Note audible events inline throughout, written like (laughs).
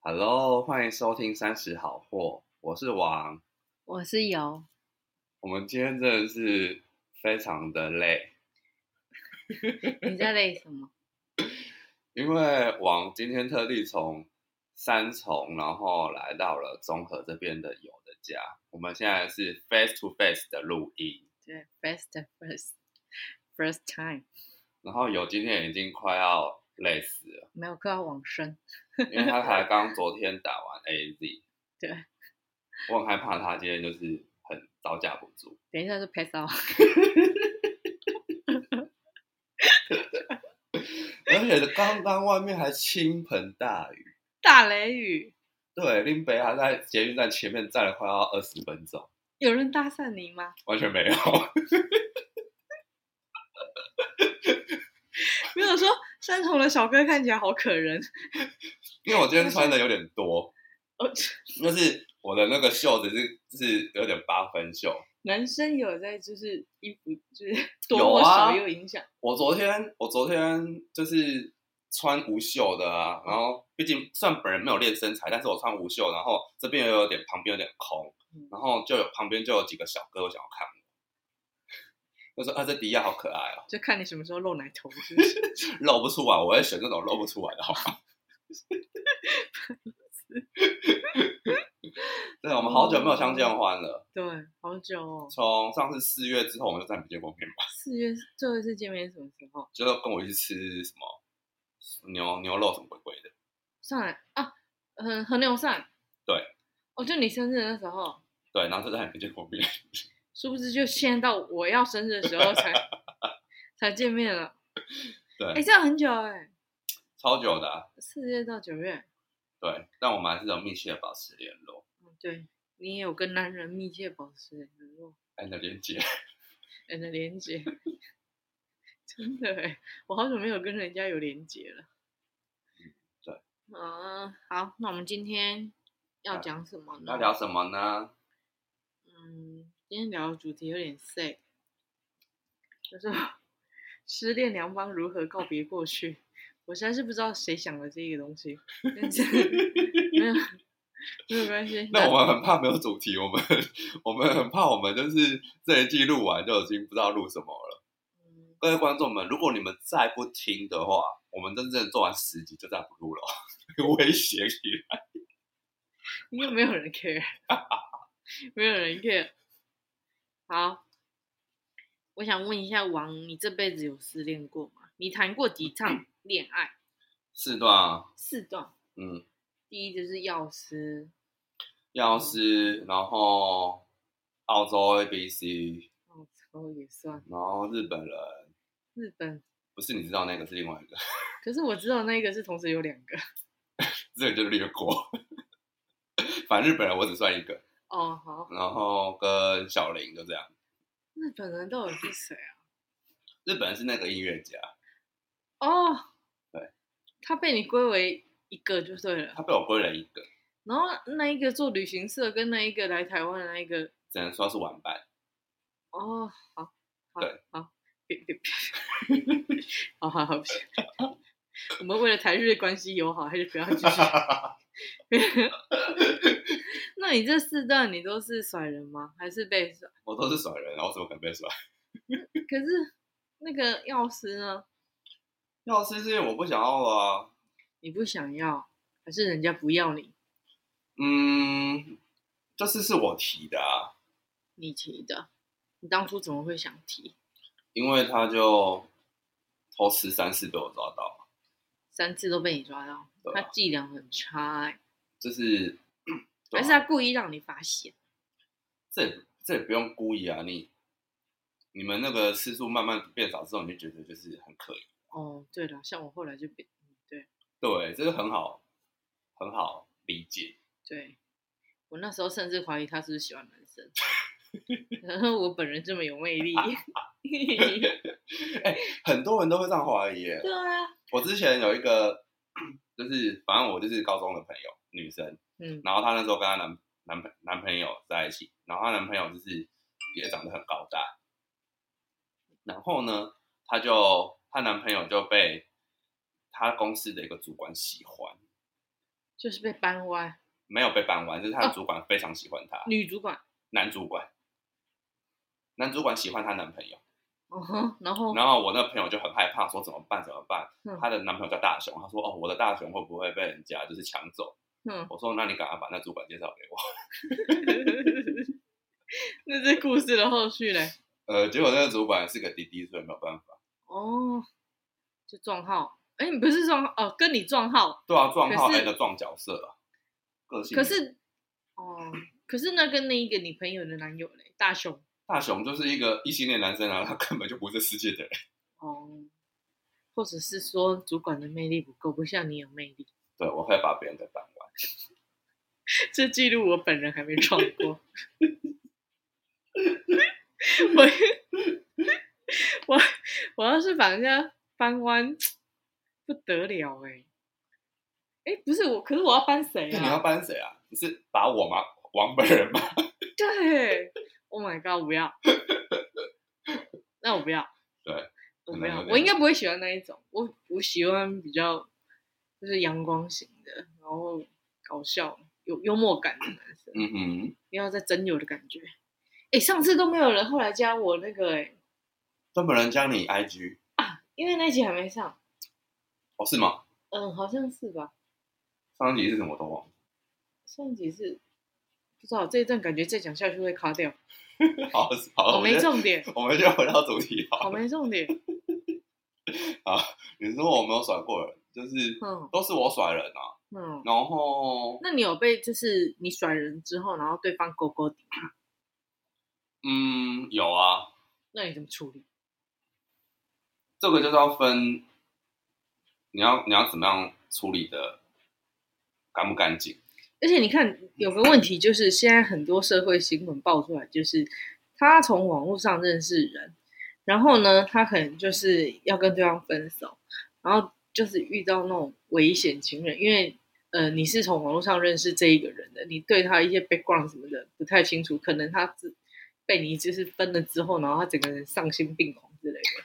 Hello，欢迎收听三十好货，我是王。我是有，我们今天真的是非常的累，你在累什么？因为王今天特地从三重，然后来到了综合这边的友的家。我们现在是 face to face 的录音，对，first first (laughs) first time，然后友今天已经快要累死了，没有课要往生。因为他才刚昨天打完 AZ，对，我很害怕他今天就是很招架不住。等一下就 pass out。 (laughs) 而且刚刚外面还倾盆大雨，大雷雨，对，林北还在捷运站前面站了快要二十分钟，有人搭讪你吗？ (laughs) 完全没有。 (laughs) 没有说三重的小哥看起来好可人。因为我今天穿的有点多，哦，就是我的那个袖子是是有点八分袖。 (laughs) 男生有在就是衣服就是 (laughs) 多有或啊少有影响。我昨天我昨天就是穿无袖的啊，然后毕竟虽然本人没有练身材，但是我穿无袖，然后这边又有点旁边有点空嗯，然后就有旁边就有几个小哥想要看 (laughs) 我，就说啊这迪亚好可爱哦，就看你什么时候露奶头，是不是？ (laughs) 露不出来，我会选那种露不出来的好吗？ (laughs) 对，我们好久没有相见欢了。对，好久哦。从上次四月之后，我们就再没见过面吧。四月最后一次见面是什么时候？就是跟我去吃什么牛牛肉什么鬼鬼的，上来啊，嗯，和牛上。对。哦，就你生日的那时候，对，然后就再也没见过面。 (laughs) 殊不知就现在到我要生日的时候 (laughs) 才才见面了。对，哎、这样很久哎、超久的啊、四月到九月。对，但我们还是有密切的保持联络。嗯，对你也有跟男人密切保持联络，按的连接，人的连接。 (laughs) 真的哎、我好久没有跟人家有连接了。对。嗯，好，那我们今天要啊讲什么呢？要聊什么呢？嗯，今天聊的主题有点 sad，就是 (laughs) 失恋两方如何告别过去。我实在是不知道谁想的这个东西，但是 (laughs) 没有没有关 (laughs) 系。那我们很怕没有主题，我们 (laughs) 我们很怕我们就是这一季录完就已经不知道录什么了。嗯各位观众们，如果你们再不听的话，我们真正做完十集就再不录了， (laughs) 威胁你。应该没有人 care，没有人 care。好，我想问一下王，你这辈子有失恋过吗？你谈过几场恋爱？四段啊，四段，嗯，第一就是药师，药师，然后澳洲 ABC，澳洲也算，然后日本人，日本不是你知道那个是另外一个，可是我知道那个是同时有两个这个就略过。 (laughs) 反正日本人我只算一个，哦，好，然后跟小林就这样。日本人到底是谁啊？日本人是那个音乐家，哦，对，他被你归为一个就对了。他被我归了一个，然后那一个做旅行社跟那一个来台湾的那一个，只能说是玩伴。哦，好，好对，好，别别别，好好好，不行我们为了台日关系友好，还是不要继续。那你这四段你都是甩人吗？还是被甩？我都是甩人，然后怎么可能被甩？可是那个药师呢？药师是因为我不想要啊，你不想要，还是人家不要你？嗯，就是是我提的啊，你提的，你当初怎么会想提？因为他就偷吃三次被我抓到。三次都被你抓到，对啊他伎俩很差、欸，就是， (clears throat) 对还啊是他故意让你发现？这也这也不用故意啊，你你们那个次数慢慢变少之后，你就觉得就是很可疑，哦，对了，像我后来就变，嗯对对，这个很好，很好理解。对，我那时候甚至怀疑他是不是喜欢 (laughs) 男生，然后我本人这么有魅力，对很多人都会这样怀疑耶。啊，我之前有一个， (clears throat) 就是反正我就是高中的朋友，女生，嗯，然后她那时候跟她男男朋男朋友在一起，然后她男朋友就是也长得很高大，然后呢，她就她男朋友就被她公司的一个主管喜欢。就是被搬歪，没有被搬完，就是他的主管非常喜欢他，女主管，男主管，男主管喜欢她男朋友。嗯哼，然后然后我那个朋友就很害怕，说怎么办？怎么办嗯？她的男朋友叫大雄，她说哦，我的大雄会不会被人家就是抢走？嗯，我说那你赶快把那主管介绍给我。 (laughs) (laughs) 那这故事的后续嘞？呃，结果那个主管是个滴滴，所以没有办法。哦，就撞号，哎，你不是撞号哦，跟你撞号，对啊，撞号可是 A 的撞角色啊，个性。可是哦，可是那跟那一个你朋友的男友嘞，大雄大雄就是一个异性恋男生啊，他根本就不是世界的人。哦，或者是说主管的魅力不够，不像你有魅力。 (laughs) 对，我会把别人给搬完。这记录我本人还没创过。 (laughs) 我 (laughs) 我我要是把人家搬弯，不得了哎、哎、不是我，可是我要搬谁那你要啊？搬谁啊？你是把我吗？王本人吗？对，Oh my god，我不 (laughs) 要。那我不要，对，可我不能要有，点我应该不会喜欢那一种。我我喜欢比较就是阳光型的，然后搞笑、有幽默感的男生。嗯哼，不要再真有的感觉。哎、上次都没有人后来加我那个哎、啊专门人加你 IG 因为那集还没上，哦？是吗？嗯，好像是吧？上一集是什么都忘了。上一集是不知道这一段感觉再讲下去会卡掉，好， (laughs) 好，好我们哦没就 (laughs) 重点，我们就回到主题好了好没重点，你说我没有甩过人，就是嗯都是我甩人啊。嗯。然后，那你有被就是你甩人之后，然后对方勾勾底，嗯，有啊，那你怎么处理？这个就是要分，你要你要怎么样处理的，干不干净？而且你看有个问题就是，现在很多社会新闻爆出来，就是他从网络上认识人，然后呢，他可能就是要跟对方分手，然后就是遇到那种危险情人，因为呃，你是从网络上认识这一个人的，你对他一些 background 什么的不太清楚，可能他是被你就是分了之后，然后他整个人丧心病狂之类的，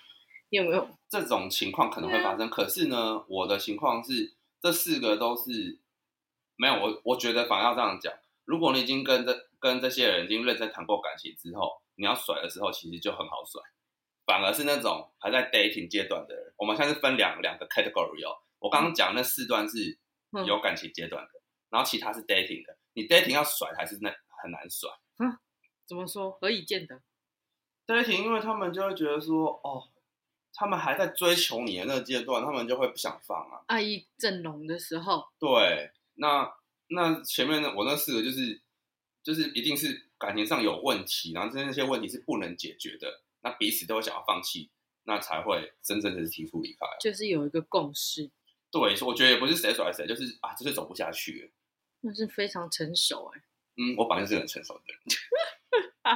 你有没有？这种情况可能会发生。可是呢，我的情况是，这四个都是没有我，我觉得反而要这样讲。如果你已经跟这跟这些人已经认真谈过感情之后，你要甩的时候，其实就很好甩。反而是那种还在 dating 阶段的人，我们现在是分两两个 category 哦。我刚刚讲那四段是嗯有感情阶段的，然后其他是 dating 的。你 dating 要甩还是那很难甩。怎么说？何以见得？ dating，因为他们就会觉得说，哦，他们还在追求你的那个阶段，他们就会不想放啊。爱意正浓的时候，对，那那前面的我那四个就是就是一定是感情上有问题，然后这些问题是不能解决的，那彼此都会想要放弃，那才会真正的提出离开。就是有一个共识，对，所以我觉得也不是谁甩谁，就是啊，就是走不下去了。那是非常成熟哎、嗯，我本来就是很成熟的人， (laughs)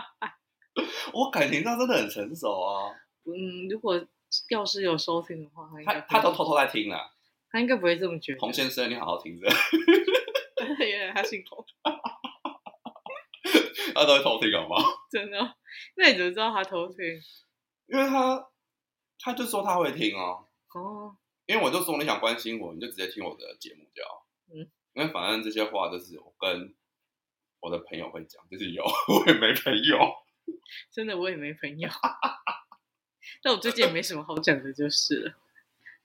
我感情上真的很成熟啊。嗯，如果要是有收听的话，他应他该不他会都偷偷在听啦，他应该不会这么觉得。洪先生，你好好听着， (laughs) (laughs) 原来他姓洪，他都会偷听好不好？真的哦、那你怎么知道他偷听？因为他他就说他会听哦。哦，因为我就说你想关心我，你就直接听我的节目就好。嗯，因为反正这些话都是我跟我的朋友会讲，就是有 (laughs) 我也没朋友。真的我也没 (laughs) 朋友，但我最近也没什么好讲的，就是了。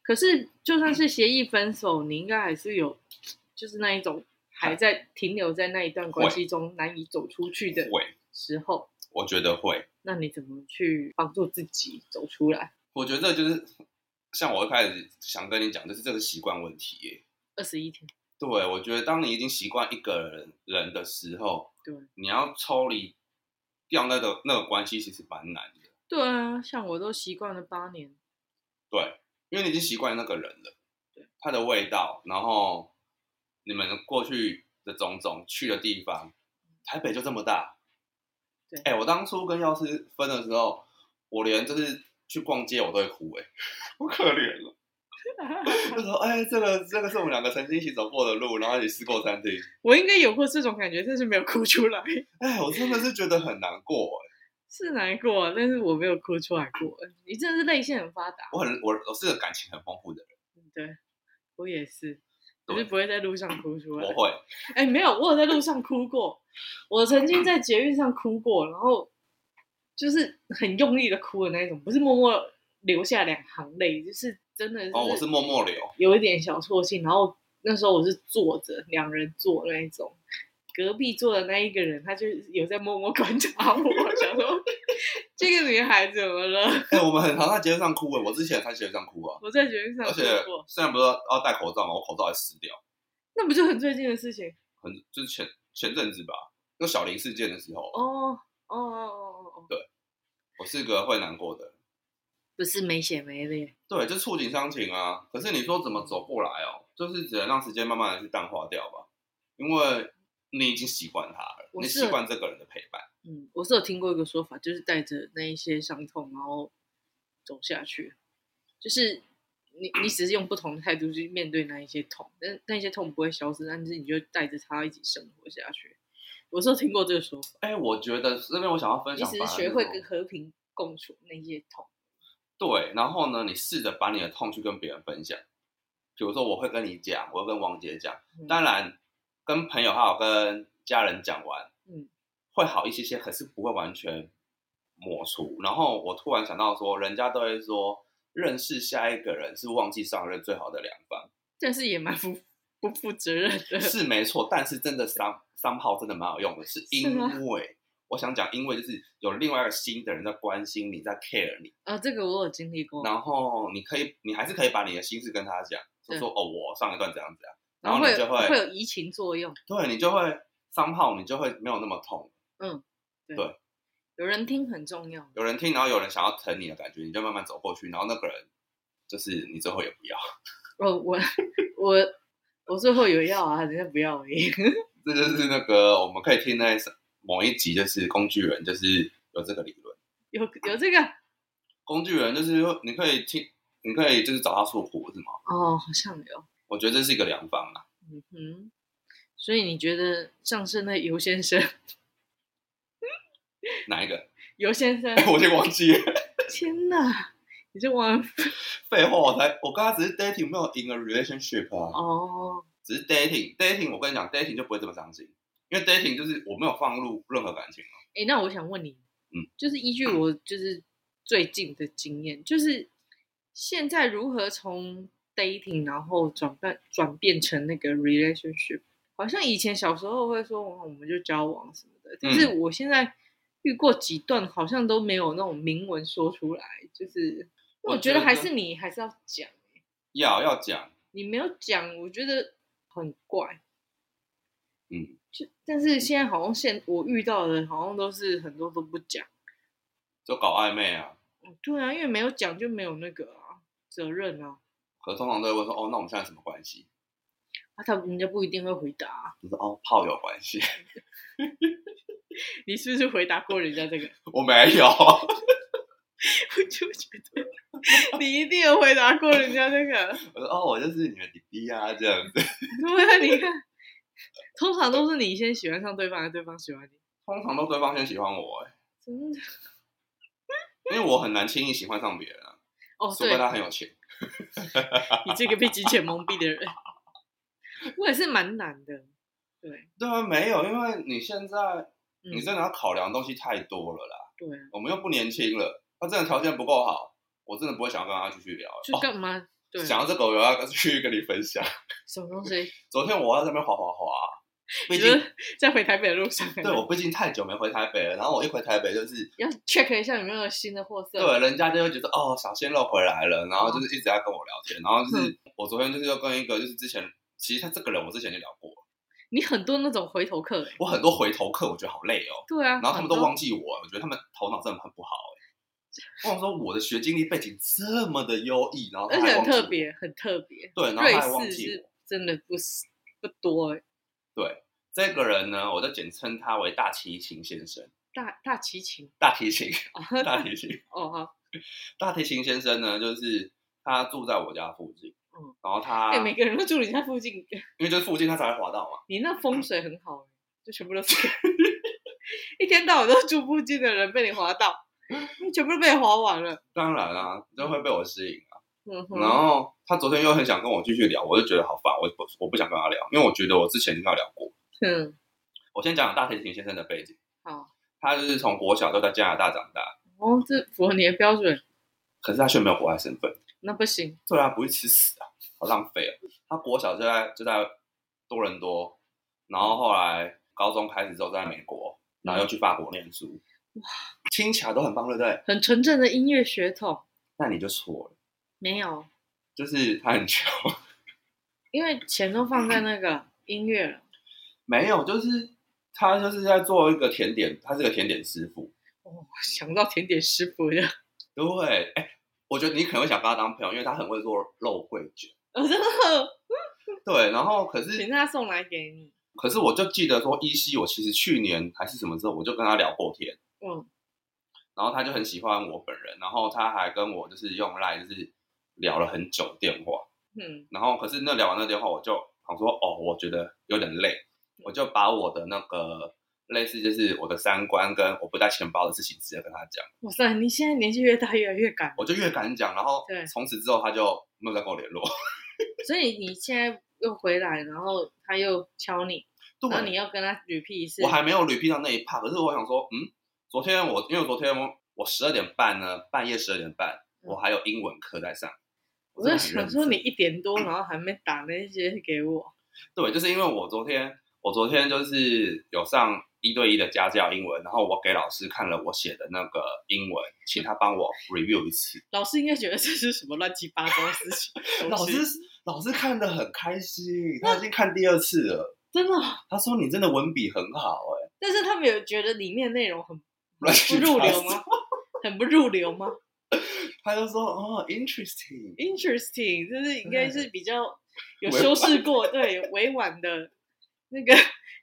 可是就算是协议分手，你应该还是有，就是那一种还在停留在那一段关系中难以走出去的会，时候，我觉得会，那你怎么去帮助自己走出来？我觉得这就是像我一开始想跟你讲，就是这个习惯问题耶。二十一天，对，我觉得当你已经习惯一个人人的时候，对。你要抽离掉那个那个关系，其实蛮难的。对啊，像我都习惯了八年， (laughs) 对，因为你已经习惯那个人了对，他的味道，然后你们过去的种种去的地方，台北就这么大。对哎、我当初跟药师分的时候，我连就是去逛街我都会哭、哎， (laughs) 好可怜哦。就说，哎、这个这个是我们两个曾经一起走过的路，然后一起吃过餐厅。我应该有过这种感觉，但是没有哭出来，哎、我真的是觉得很难过、哎是难过啊，但是我没有哭出来过。你真的是泪腺很发达，我很我我是个感情很丰富的人，对我也是。可是不会在路上哭出来我。会，哎、没有，我有在路上哭过，我曾经在捷运上哭过，然后就是很用力的哭的那一种，不是默默流下两行泪，就是真的是哦，我是默默流，有一点小错性，然后那时候我是坐着，两人坐那一种。隔壁坐的那一个人，他就有在默默观察我，想说 (laughs) 这个女孩怎么了？哎、我们很常在街上哭诶，我之前也在街上哭啊，我在捷 (laughs) 运上而哭且过，虽然不是要戴口罩嘛，我口罩还撕掉，那不就很最近的事情？很就是前前阵子吧，就小林事件的时候，哦哦哦哦哦哦，我是个会难过的人，不是没血没泪，对，就触景伤情啊。可是你说怎么走过来哦，就是只能让时间慢慢的去淡化掉吧，因为你已经习惯他了，我你是习惯这个人的陪伴。嗯，我是有听过一个说法，就是带着那一些伤痛，然后走下去，就是你你只是用不同的态度去面对那一些痛，但那些痛不会消失，但是你就带着它一起生活下去。我是有听过这个说法，哎、我觉得这边我想要分你享，只反是而学会说跟和平共处那些痛。对，然后呢，你试着把你的痛去跟别人分享。比如说，我会跟你讲，我会跟王姐讲，嗯当然跟朋友还有跟家人讲完，嗯，会好一些些，可是不会完全抹除。然后我突然想到说，人家都会说，认识下一个人是忘记上任最好的良 (laughs) 方，但是也蛮不不负责任的。是没错，但是真的三三炮真的蛮有用的，是是因吗为我想讲，因为就是有另外一个新的人在关心你，在 care 你。啊，这个我有经历过，然后你可以，你还是可以把你的心事跟他讲，就说哦，我上一段怎样怎样，然后会你就有会，会有移情作用。对你就会伤炮，你就会没有那么痛。对有人听很重要。有人听，然后有人想要疼你的感觉，你就慢慢走过去，然后那个人就是你最后也不要，我哦我 (laughs) 我我最后有要啊，人家不要而已。这就是那个我们可以听那一首某一集，就是工具人，就是有这个理论。有有这个工具人就是会你可以听，你可以就是找他诉苦是吗？哦，好像有，我觉得这是一个良方啊。嗯哼。所以你觉得上次那尤先生，哪一个？尤先 (laughs) 生，哎，我先忘记了。天哪，你是玩废话，我才我跟他只是 dating，没有 in a relationship 啊。 (laughs) 哦？只是 dating dating，我跟你讲，dating 就不会这么伤心，因为 dating 就是我没有放入任何感情啊了。哎，那我想问你，嗯，就是依据我就是最近的经验，就是现在如何从 dating 然后转变转变成那个 relationship，好像以前小时候会说哦我们就交往什么的，但嗯是我现在遇过几段好像都没有那种明文说出来，就是我那我觉得觉还得是你还是要讲，要要讲，你没有讲，我觉得很怪。嗯，就但是现在好像现我遇到的，好像都是很多都不讲。就搞暧昧啊。嗯对啊，因为没有讲就没有那个啊责任啊，可是通常都会问说，哦，那我们现在什么关系？啊他人家不一定会回答啊、你说哦，炮友关系， (laughs) 你是不是回答过人家这个？ (laughs) 我没有， (laughs) 我就觉 (laughs) 得你一定有回答过人家这个。我说哦，我就是你的弟弟啊，这样子。对啊，你看，通常都是你先喜欢上对方，还是对方喜欢你？通常都对方先喜欢我、欸，真的因为我很难轻易喜欢上别人啊，哦，除对非，他很有钱。你这个被金钱蒙蔽的人，我也是蛮难的。对，对啊，没有，因为你现在嗯你，真的要考量的东西太多了啦。对啊，我们又不年轻了，他真的条件不够好，我真的不会想要跟他继续聊。就干嘛？对哦，啊，想到这个，我要去跟你 (laughs) 分享。什么东西？昨天我在那边滑滑滑，啊你毕就竟是 (laughs) 在回台北的路上，对我毕竟太久没回台北了，然后我一回台北就是要 check 一下有没有新的货色。对人家就会觉得哦小鲜肉回来了，然后就是一直在跟我聊天，然后嗯就是、我昨天就是又跟一个就是之前其实他这个人我之前就聊过，你很多那种回头客、欸，我很多回头客我觉得好累哦，对啊，然后他们都很多忘记我，我觉得他们头脑真的很不好哎、我想说我的学经历背景这么的优异，然后他而还且很忘记我特，别，很特别。对，然后瑞他还忘士记是我。真的不是不多、欸，这个人呢，我就简称他为大提琴先生，大大齐秦大提琴，啊，大提琴。哦好，大提琴先生呢，就是他住在我家附近，嗯然后他、哎、每个人都住你家附近，因为就是附近他才会滑到嘛，你那风水很好、欸，就全部都是， (laughs) 一天到晚都住附近的人被你划到，全部都被你划完了，当然啊，就会被我吸引啊。嗯然哼，后他昨天又很想跟我继续聊，我就觉得好烦，我不我不想跟他聊，因为我觉得我之前跟他聊过。嗯，我先讲讲大提琴先生的背景，好，他就是从国小都在加拿大长大，哦，这符合你的标准，可是他却没有国外身份。那不行，对啊，不会吃屎啊，好浪费啊！他国小就在就在多伦多，然后后来高中开始之后在美国，然后又去法国念书，嗯听起来都很棒，对不对？很纯正的音乐血统，那你就错了，没有，就是他很 (laughs) 穷，因为钱都放在那个音乐了。没有，就是他就是在做一个甜点，他是个甜点师傅。哦，想到甜点师傅了，对，哎，我觉得你可能会想跟他当朋友，因为他很会做肉桂卷。我 (laughs) 真的，对，然后可请是他送来给你。可是我就记得说，依稀我其实去年还是什么时候，我就跟他聊过天。嗯，然后他就很喜欢我本人，然后他还跟我就是用 line 就是聊了很久电话，嗯，然后可是那聊完那电话，我就想说哦，我觉得有点累，我就把我的那个类似就是我的三观跟我不带钱包的事情直接跟他讲，哇塞，你现在年纪越大，越来越敢，我就越敢讲，然后对从此之后他就没有再跟我联络，所以你现在又回来，然后他又敲你，然后你对，要跟他 repeat 一次。我还没有捋 e 到那一 part，可是我想说，嗯，昨天我因为昨天我十二点半呢，半夜十二点半，嗯我还有英文课在上，我就真的很认想说真你一点多，然后还没打那些给我，对，就是因为我昨天，我昨天就是有上一对一的家教英文，然后我给老师看了我写的那个英文，请他帮我 review 一次。老师应该觉得这是什么乱七八糟的事情。 (laughs) 老师老师看的很开心，他已经看第二次了。真的，哦他说你真的文笔很好、欸，哎，但是他们有觉得里面内容很乱不七入八流糟吗？？很不入流吗他就说哦，interesting。 (laughs) ？Interesting，就是应该是比较有委修饰过，对委婉的那 (laughs) 个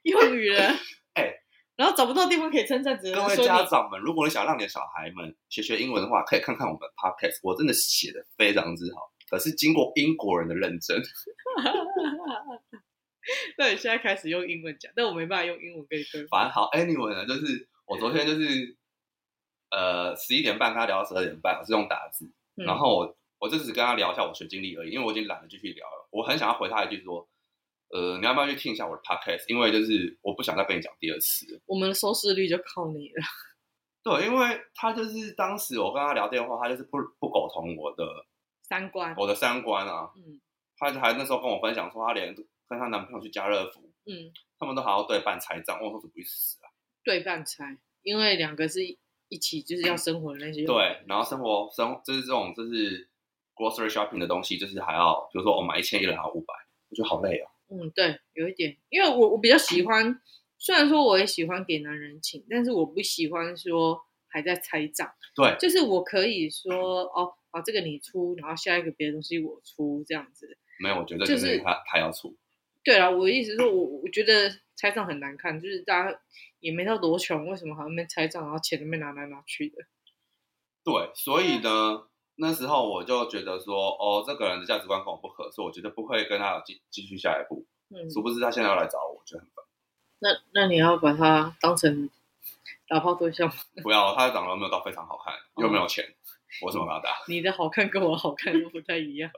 用语了。哎 (laughs) 然后找不到地方可以称赞，只各能位说家你长们，如果你想让你的小孩们学学英文的话，可以看看我们的 podcast，我真的写的非常之好，可是经过英国人的认证。对，现在开始用英文讲，但我没办法用英文跟你对话。反正好，anyway 呢，就是我昨天就是呃十一点半跟他聊到十二点半，我是用打字，嗯然后我我就只跟他聊一下我学经历而已，因为我已经懒得继续聊了。我很想要回他一句说，呃，你要不要去听一下我的 podcast？因为就是我不想再跟你讲第二次了。我们的收视率就靠你了。对，因为他就是当时我跟他聊电话，他就是不不苟同我的三观，我的三观啊，嗯他还那时候跟我分享说，他连跟她男朋友去家乐福，嗯，他们都还要对半拆账，我说怎么会死啊？对半拆，因为两个是一一起就是要生活的那些。对，然后生活生就是这种就是 grocery shopping 的东西，就是还要比如说我买一千，一人还要五百，我觉得好累哦。嗯，对，有一点，因为我我比较喜欢，虽然说我也喜欢给男人情，但是我不喜欢说还在拆账，对就是我可以说哦，好这个你出，然后下一个别的东西我出这样子。没有，我觉得就就是是他他要出，对了，我的意思是说我我觉得拆账很难看，就是大家也没到多穷，为什么好像没拆账，然后钱都没拿来拿去的？对，所以呢，那时候我就觉得说，哦，这个人的价值观跟我不合，所以我觉得不会跟他有继继续下一步。嗯，殊不知他现在要来找我，我觉得很烦。那那你要把它当成打炮对象吗？ (laughs) 不要，他长得没有到非常好看，哦又没有钱，我怎么跟他打？ (laughs) 你的好看跟我好看都不太一样。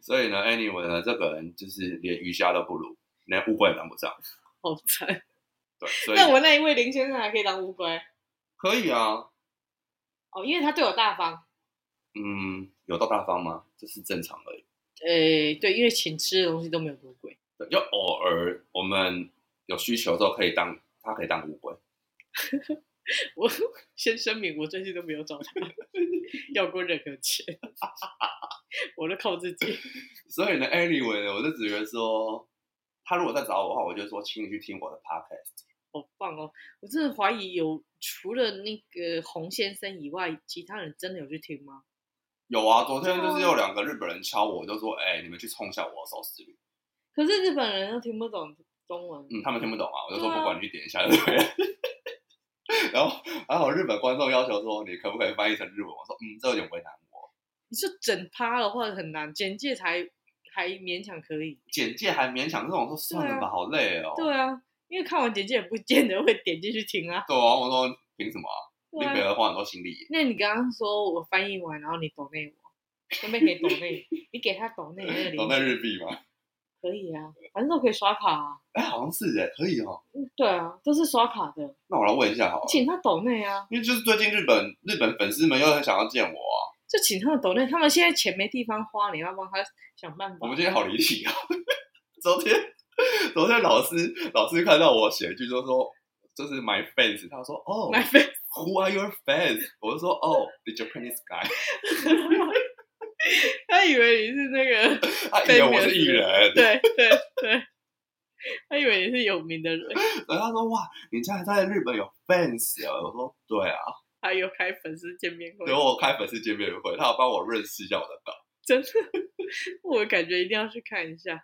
所以呢，anyway 呢，这个人就是连瑜伽都不如，连乌龟也当不上。好惨！对，所以那我那一位林先生还可以当乌龟可以啊，哦，因为他对我大方。嗯，有到大方吗？这是正常而已。诶，对，因为请吃的东西都没有多贵，对，就偶尔我们有需求的时候可以当，他可以当乌龟。我 (laughs) 先声明，我最近都没有找他要过任何钱， (laughs) 我都靠自己。所以呢，anyway 呢，我就只觉得说，他如果再找我的话，我就说，请你去听我的 podcast。好棒哦！我真的怀疑有除了那个洪先生以外，其他人真的有去听吗？有啊，昨天就是有两个日本人敲我，就说，哎、你们去冲一下我的收视率。可是日本人都听不懂中文，嗯，他们听不懂啊，我就说对啊不管你去点一下就对了。 (laughs) 然后还有日本观众要求说，你可不可以翻译成日文？我说，嗯，这有点为难我。你说整趴的话很难，简介才还勉强可以。简介还勉强，这种说算了吧，对啊好累哦。对啊，因为看完简介也不见得会点进去听啊。对啊，我说凭什么啊？对林北啊，儿花很多心力耶。那你刚刚说我翻译完，然后你懂内我，顺便可以抖内，你给他抖内那个懂零那钱日币吗？可以啊，反正都可以刷卡啊。哎，好像是哎，可以哦。对啊，都是刷卡的，那我来问一下好了，请他抖内啊，因为就是最近日本日本粉丝们又很想要见我啊。就请他们抖内。他们现在钱没地方花，你要帮他想办我法们。今天好离题哦。 (laughs) 昨天昨天老师老师看到我写一句就说。就是 my fans，他说哦、买飞， who are your fans？我就说哦、the Japanese guy， (laughs) 他以为你是那个，他以为我是艺人，对对对，他以为你是有名的人，然后他说哇，你竟然在日本有 fans 啊？我说对啊，还有开粉丝见面会等，我开粉丝见面会，他要帮我认识一下我的稿。真的，我感觉一定要去看一下。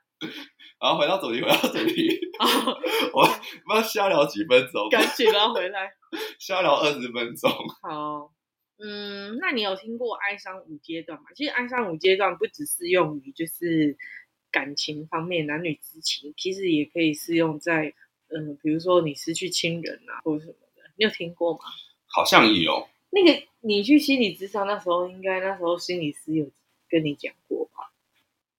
然后回到主题，回到主题， (laughs) 哦，我我们要瞎聊几分钟，赶紧拉回来。瞎聊二十分钟。好，嗯，那你有听过哀伤五阶段吗？其实哀伤五阶段不只适用于就是感情方面，男女之情，其实也可以适用在嗯、呃比如说你失去亲人啊，或者什么的。你有听过吗？好像有，那个你去心理咨商那时候，应该那时候心理师有跟你讲过吧？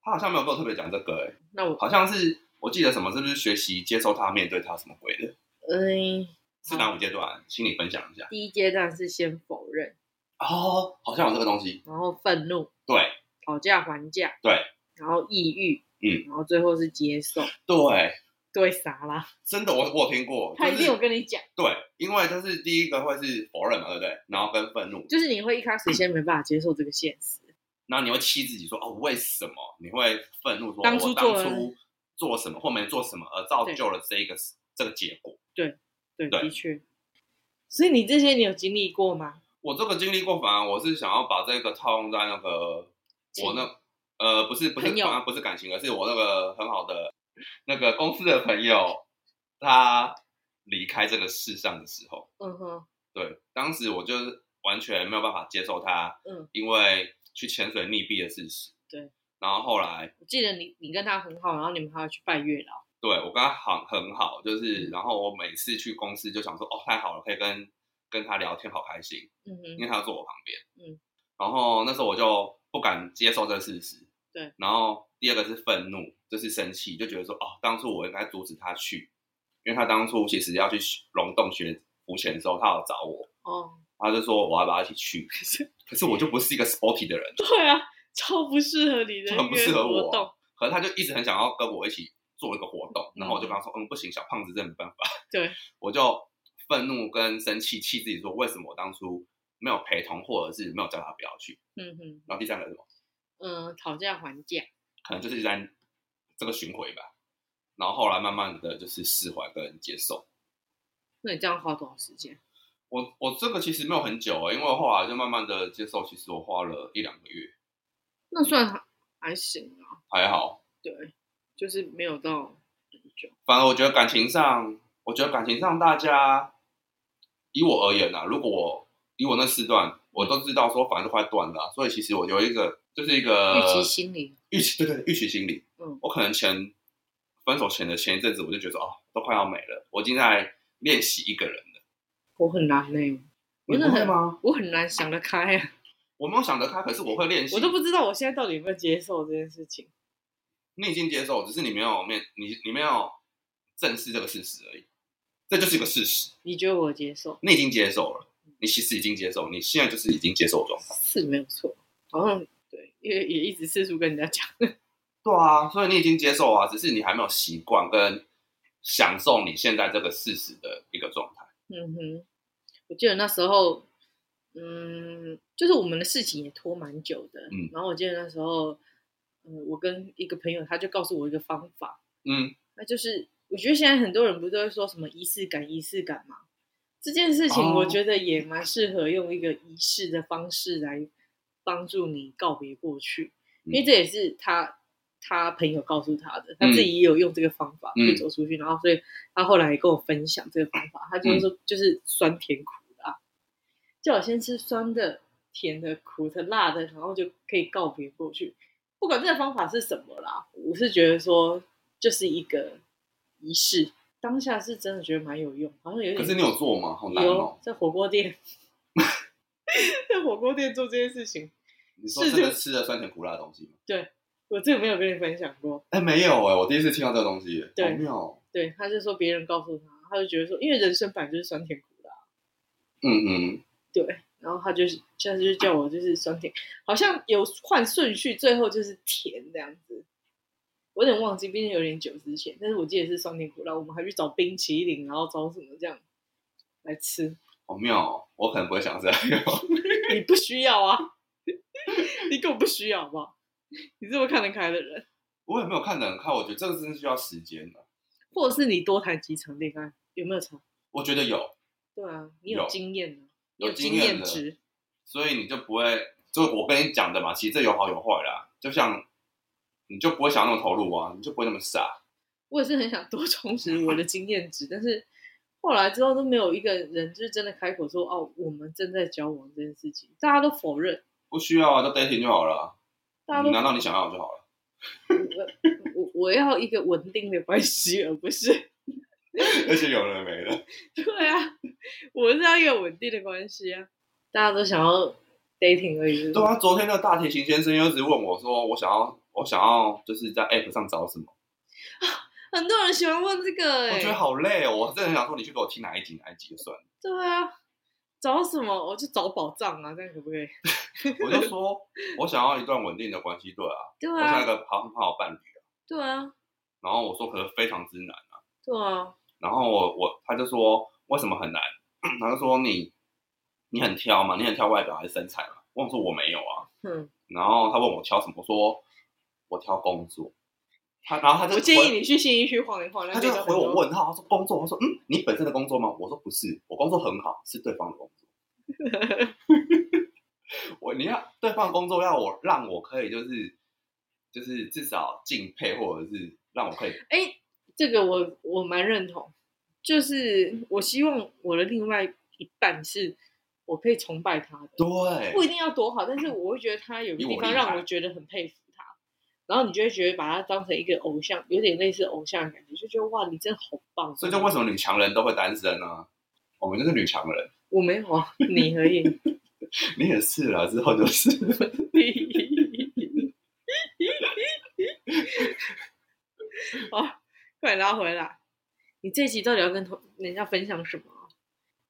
他好像没有跟我特别讲这个、欸，那我好像是我记得什么，是不是学习接受他、面对他什么鬼的？嗯、是哪五阶段？心理分享一下。第一阶段是先否认，哦，好像有这个东西。然后愤怒、对讨价还价，对然后抑郁，嗯，然后最后是接受。对，对，傻啦，真的我我有听过，他就一定是有跟你讲。对，因为就是第一个会是否认嘛，对不对？然后跟愤怒，就是你会一开始先没办法接受这个现实，然后你会气自己说哦，为什么你会愤怒说？当初我做了当初做什么或没做什么，而造就了这一个这个结果。对，对的确。所以你这些你有经历过吗？我这个经历过，反而我是想要把这个套用在那个我那呃不是不是朋友反而不是感情，而是我那个很好的那个公司的朋友，他离开这个世上的时候，嗯哼，对，当时我就是完全没有办法接受他，嗯，因为去潜水溺毙的事实，对，然后后来我记得你你跟他很好，然后你们还要去拜月老，对我跟他很很好，嗯就是然后我每次去公司就想说哦太好了，可以跟跟他聊天，好开心，嗯因为哼，他坐我旁边。嗯，然后那时候我就不敢接受这个事实。对，然后第二个是愤怒，就是生气，就觉得说哦，当初我应该阻止他去，因为他当初其实要去龙洞学浮潜的时候，他有找我，哦，他就说我要不要一起去是？可是我就不是一个 sporty 的人，对啊，超不适合你的就一很不个适合活动我，。可是他就一直很想要跟我一起做一个活动，嗯然后我就跟他说，嗯，不行，小胖子真的没办法。对， (laughs) 我就愤怒跟生气，气自己说为什么我当初没有陪同，或者是没有叫他不要去。嗯哼，然后第三个是什么？嗯，讨价还价，可能就是在这个巡回吧。然后后来慢慢的就是释怀跟接受。那你这样花多少时间？我我这个其实没有很久、欸，因为后来就慢慢的接受，其实我花了一两个月，那算还还行啊，还好。对，就是没有到很久，反正我觉得感情上，我觉得感情上大家，以我而言啊，如果我以我那四段，我都知道说反正都快断了啊、所以其实我有一个就是一个预期心理，预期对对对预期心理，嗯我可能前分手前的前一阵子，我就觉得说哦，都快要没了，我已经在练习一个人了。我很难呢、我你真的不会很吗？我很难想得开、啊，我没有想得开，可是我会练习。我都不知道我现在到底有没有接受这件事情。你已经接受，只是你没有面，你你没有正视这个事实而已。这就是一个事实，你觉得我接受？你已经接受了，你其实已经接受，你现在就是已经接受的状态。是没有错，好像对，因为也一直四处跟人家讲，对啊，所以你已经接受啊，只是你还没有习惯跟享受你现在这个事实的一个状态。嗯哼，我记得那时候，嗯，就是我们的事情也拖蛮久的，嗯然后我记得那时候，嗯，我跟一个朋友，他就告诉我一个方法，嗯，那就是我觉得现在很多人不都会说什么仪式感、仪式感嘛，这件事情哦我觉得也蛮适合用一个仪式的方式来帮助你告别过去，嗯因为这也是他他朋友告诉他的，他自己也有用这个方法嗯去走出去，然后所以他后来也跟我分享这个方法，他嗯就是说、就是酸甜苦辣，叫我先吃酸的、甜的、苦的、辣的，然后就可以告别过去。不管这个方法是什么啦，我是觉得说就是一个仪式，当下是真的觉得蛮有用，好像有点可是你有做吗？好难有 (laughs) 哦。在火锅店，在火锅店做这件事情，你说是真就的吃了酸甜苦辣的东西吗？我这个没有跟你分享过。哎，没有哎，我第一次听到这个东西，好对妙哦。对，他就说别人告诉他，他就觉得说，因为人生版就是酸甜苦辣，嗯嗯，对。然后他就是，下次就叫我就是酸甜，好像有换顺序，最后就是甜这样子。我有点忘记，毕竟有点久之前，但是我记得是酸甜苦辣，我们还去找冰淇淋，然后找什么这样来吃。 (laughs) 好妙哦。我可能不会想这样用。你不需要啊， (laughs) 你根本不需要，好不好？你这么看得开的人，我也没有看得很开，我觉得这个真的需要时间的。或者是你多谈几场恋爱，有没有差？我觉得有对啊，你有有经验啊，你有经经验的值，所以你就不会，就我跟你讲的嘛，其实这有好有坏啦。就像你就不会想那么投入啊，你就不会那么傻。我也是很想多 (laughs) 充实嗯我的经验值，但是后来之后都没有一个人就是真的开口说哦，我们正在交往这件事情，大家都否认，不需要啊，就 dating 就好了大啊，家你都拿到你想要的就 (laughs) 好了。我我我要一个稳定的关系，而不是 (laughs) 而且有了没了，对啊，我是要一个稳定的关系啊，大家都想要 dating 而已，对啊。昨天那个大提琴先生又一直问我说，我想要，我想要就是在 app 上找什么，很多人喜欢问这个、欸，我觉得好累哦。我真的很想说，你去给我听哪一集哪一集就 (laughs) 算了。对啊，找什么？我去找宝藏啊，这样可不可以？我就说，我想要一段稳定的关系，对啊，对我想要一啊，个好很好的伴侣。对啊，然后我说，可是非常之难。对啊，然后我我他就说为什么很难？ (clears throat) 他就说你你很挑嘛，你很挑外表还是身材嘛？我说我没有啊。嗯，然后他问我挑什么，我说我挑工作。他然后他就我建议回，你去新一区晃一晃，那他边就有很回我多，问号，他说工作，我说嗯，你本身的工作吗？我说不是，我工作很好，是对方的工 (laughs) 作。我你要对方的工作要我让我可以就是就是至少敬佩，或者是让我可以哎、这个我我蛮认同，就是我希望我的另外一半是我可以崇拜他的，不对一定要多好，但是我会觉得他有个比我地方厉让害我觉得很佩服他，然后你就会觉得把他当成一个偶像，有点类似偶像的感觉，就觉得哇，你真的好棒。哦所以就为什么女强人都会单身呢、我们就是女强人， (laughs) 我没有啊，你可以。你也是啦，之后就是。 (laughs) 好，快拉回来。你这集到底要跟同人家分享什么啊？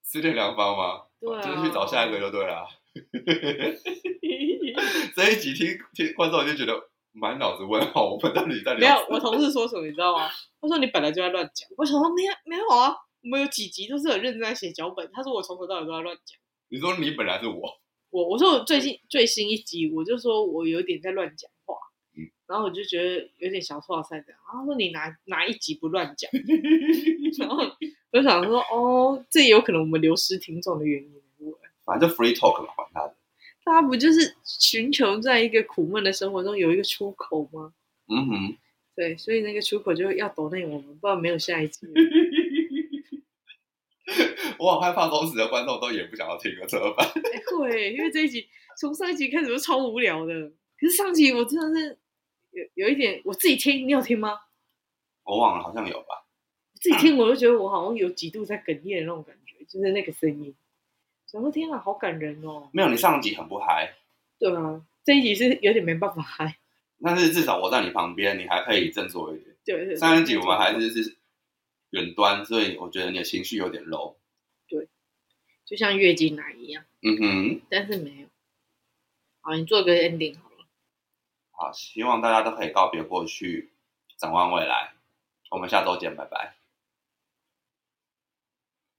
失恋良方吗？对啊哦就是去找下一个就对了啊。 (laughs) 这一集听听观众就觉得满脑子问号，我们到底在没聊？有，我同事说什么你知道吗？他说你本来就在乱讲。我想说没有没有啊，我们有几集都是很认真在写脚本。他说我从头到尾都在乱讲。你说你本来是我，我我说我最近最新一集我就说我有点在乱讲话嗯，然后我就觉得有点小错赛的。然后他说你哪哪一集不乱讲？ (laughs) 然后我就想说，哦，这也有可能我们流失听众的原因。反正就 free talk 嘛，管他的。大家不就是寻求在一个苦闷的生活中有一个出口吗？嗯哼，对，所以那个出口就要抖内我们，不然没有下一集了。我好害怕公司的观众都也不想要听了，怎么办？哎， (laughs) 对，因为这一集从上一集开始就超无聊的，可是上集我真的是有有一点我自己听，你有听吗？我我忘了，好像有吧。自己嗯听我就觉得我好像有几度在哽咽的那种感觉，就是那个声音。想说天啊，好感人哦！没有，你上集很不嗨，对啊，这一集是有点没办法嗨。但是至少我在你旁边，你还可以振作一点。对对，对上一集我们还是是远端，所以我觉得你的情绪有点 low。就像月经来一样。嗯哼，但是没有。好，你做个 ending 好了。好，希望大家都可以告别过去，展望未来。我们下周见，拜拜。